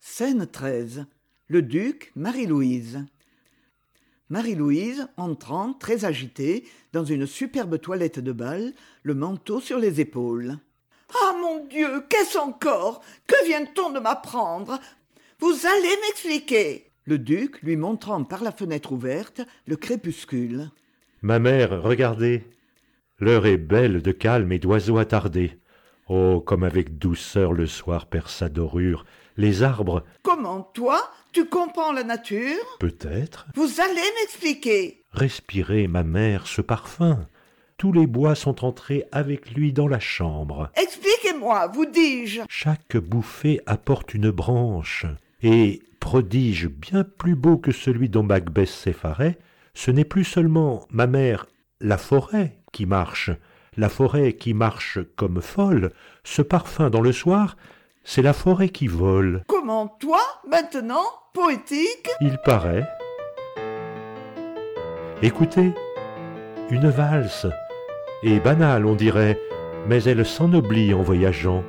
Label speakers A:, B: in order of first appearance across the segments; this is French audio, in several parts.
A: scène xiii le duc marie-louise marie-louise entrant très agitée dans une superbe toilette de bal le manteau sur les épaules
B: ah mon dieu qu'est-ce encore que vient-on de m'apprendre vous allez m'expliquer
A: le duc lui montrant par la fenêtre ouverte le crépuscule
C: ma mère regardez l'heure est belle de calme et d'oiseaux attardés oh comme avec douceur le soir perd sa dorure les arbres
B: comment toi tu comprends la nature
C: peut-être
B: vous allez m'expliquer
C: respirez ma mère ce parfum tous les bois sont entrés avec lui dans la chambre
B: expliquez-moi vous dis-je
C: chaque bouffée apporte une branche et prodige bien plus beau que celui dont macbeth s'effarait ce n'est plus seulement ma mère la forêt qui marche la forêt qui marche comme folle ce parfum dans le soir c'est la forêt qui vole
B: comment toi maintenant poétique
C: il paraît écoutez une valse et banale on dirait mais elle s'ennoblit en voyageant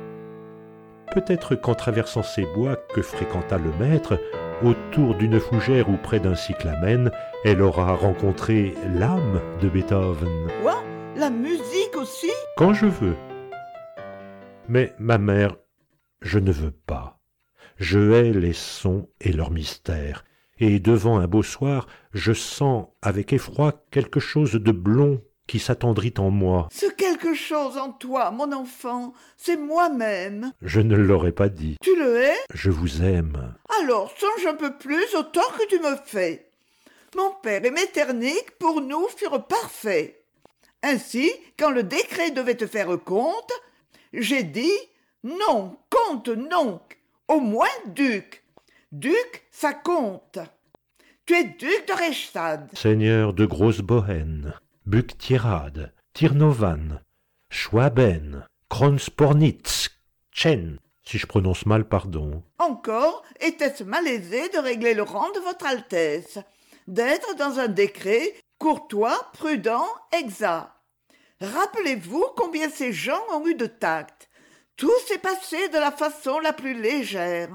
C: peut-être qu'en traversant ces bois que fréquenta le maître autour d'une fougère ou près d'un cyclamen elle aura rencontré l'âme de beethoven
B: quoi la musique aussi
C: quand je veux mais ma mère je ne veux pas. Je hais les sons et leurs mystères, et devant un beau soir, je sens avec effroi quelque chose de blond qui s'attendrit en moi.
B: Ce quelque chose en toi, mon enfant, c'est moi-même.
C: Je ne l'aurais pas dit.
B: Tu le hais
C: Je vous aime.
B: Alors songe un peu plus au tort que tu me fais. Mon père et Metternich pour nous furent parfaits. Ainsi, quand le décret devait te faire compte, j'ai dit non, compte non. Au moins duc. Duc, ça compte. Tu es duc de Reichstad.
C: Seigneur de Grosse-Bohème, Buc-Tirade, Tirnovan, Schwaben, Kronspornitz, Tchen. Si je prononce mal, pardon.
B: Encore était-ce malaisé de régler le rang de votre Altesse, d'être dans un décret courtois, prudent, exact. Rappelez-vous combien ces gens ont eu de tact. Tout s'est passé de la façon la plus légère.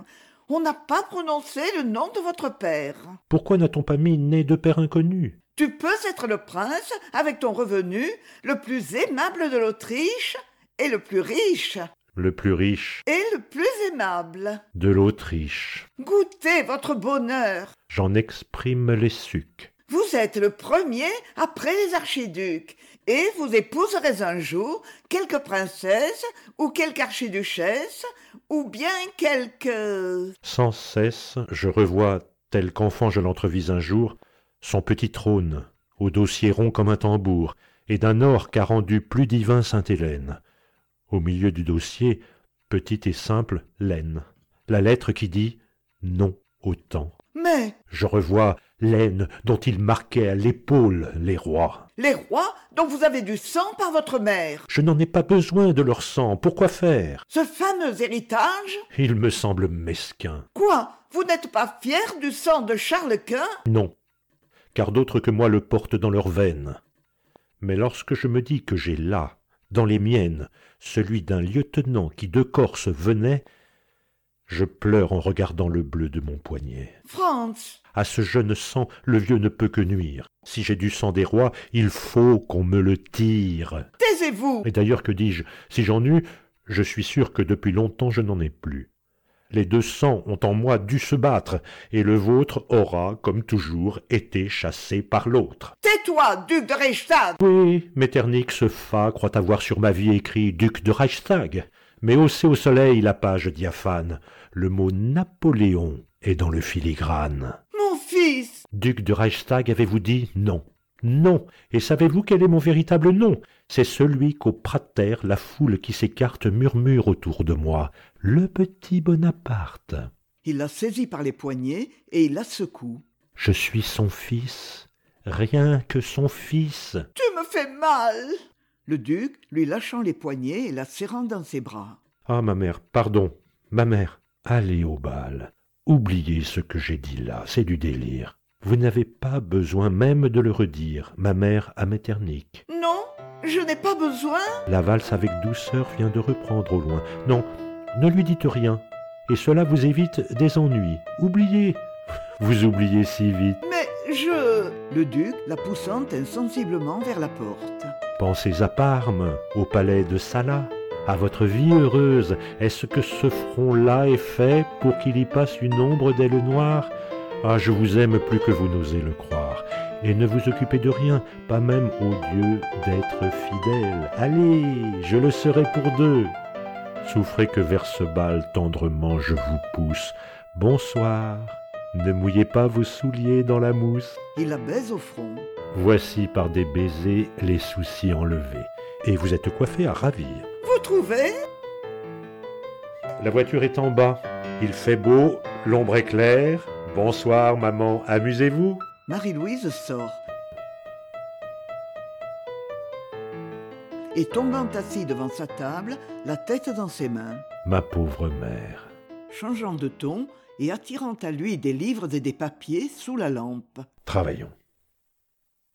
B: On n'a pas prononcé le nom de votre père.
C: Pourquoi n'a-t-on pas mis né de père inconnu
B: Tu peux être le prince avec ton revenu, le plus aimable de l'Autriche et le plus riche.
C: Le plus riche.
B: Et le plus aimable.
C: De l'Autriche.
B: Goûtez votre bonheur.
C: J'en exprime les sucs.
B: Vous êtes le premier après les archiducs, et vous épouserez un jour quelque princesse ou quelque archiduchesse, ou bien quelque...
C: Sans cesse, je revois, tel qu'enfant je l'entrevis un jour, son petit trône, au dossier rond comme un tambour, et d'un or qu'a rendu plus divin Sainte-Hélène. Au milieu du dossier, petite et simple, laine. La lettre qui dit non au temps.
B: Mais...
C: Je revois l'aine dont il marquait à l'épaule les rois.
B: Les rois dont vous avez du sang par votre mère.
C: Je n'en ai pas besoin de leur sang, pourquoi faire
B: Ce fameux héritage
C: Il me semble mesquin.
B: Quoi Vous n'êtes pas fier du sang de Charles Quint
C: Non, car d'autres que moi le portent dans leurs veines. Mais lorsque je me dis que j'ai là, dans les miennes, celui d'un lieutenant qui de Corse venait, je pleure en regardant le bleu de mon poignet.
B: Franz
C: à ce jeune sang, le vieux ne peut que nuire. Si j'ai du sang des rois, il faut qu'on me le tire.
B: Taisez-vous
C: Et d'ailleurs, que dis-je Si j'en eus, je suis sûr que depuis longtemps je n'en ai plus. Les deux sangs ont en moi dû se battre, et le vôtre aura, comme toujours, été chassé par l'autre.
B: Tais-toi, duc de Reichstag
C: Oui, Metternich, ce fa, croit avoir sur ma vie écrit duc de Reichstag. Mais haussez au soleil la page diaphane. Le mot Napoléon est dans le filigrane.
B: Fils.
C: Duc de Reichstag, avez-vous dit non Non Et savez-vous quel est mon véritable nom C'est celui qu'au prater la foule qui s'écarte murmure autour de moi. Le petit Bonaparte.
A: Il la saisit par les poignets et il la secoue.
C: Je suis son fils, rien que son fils.
B: Tu me fais mal
A: Le duc lui lâchant les poignets et la serrant dans ses bras.
C: Ah, ma mère, pardon, ma mère, allez au bal. Oubliez ce que j'ai dit là, c'est du délire. Vous n'avez pas besoin même de le redire, ma mère à Metternich.
B: Non, je n'ai pas besoin.
C: La valse avec douceur vient de reprendre au loin. Non, ne lui dites rien. et cela vous évite des ennuis. Oubliez, vous oubliez si vite.
D: Mais je...
B: Le duc la poussant insensiblement vers la porte.
C: Pensez à Parme, au palais de Sala, à votre vie heureuse. Est-ce que ce front-là est fait pour qu'il y passe une ombre d'aile noire Ah, je vous aime plus que vous n'osez le croire. Et ne vous occupez de rien, pas même, ô Dieu, d'être fidèle. Allez, je le serai pour deux. Souffrez que vers ce bal tendrement je vous pousse. Bonsoir. Ne mouillez pas vos souliers dans la mousse.
B: Il la baise au front.
C: Voici par des baisers les soucis enlevés. Et vous êtes coiffé à ravir.
D: Vous trouvez
C: La voiture est en bas. Il fait beau, l'ombre est claire. Bonsoir maman, amusez-vous.
B: Marie-Louise sort. Et tombant assis devant sa table, la tête dans ses mains,
C: Ma pauvre mère.
B: changeant de ton et attirant à lui des livres et des papiers sous la lampe.
C: Travaillons.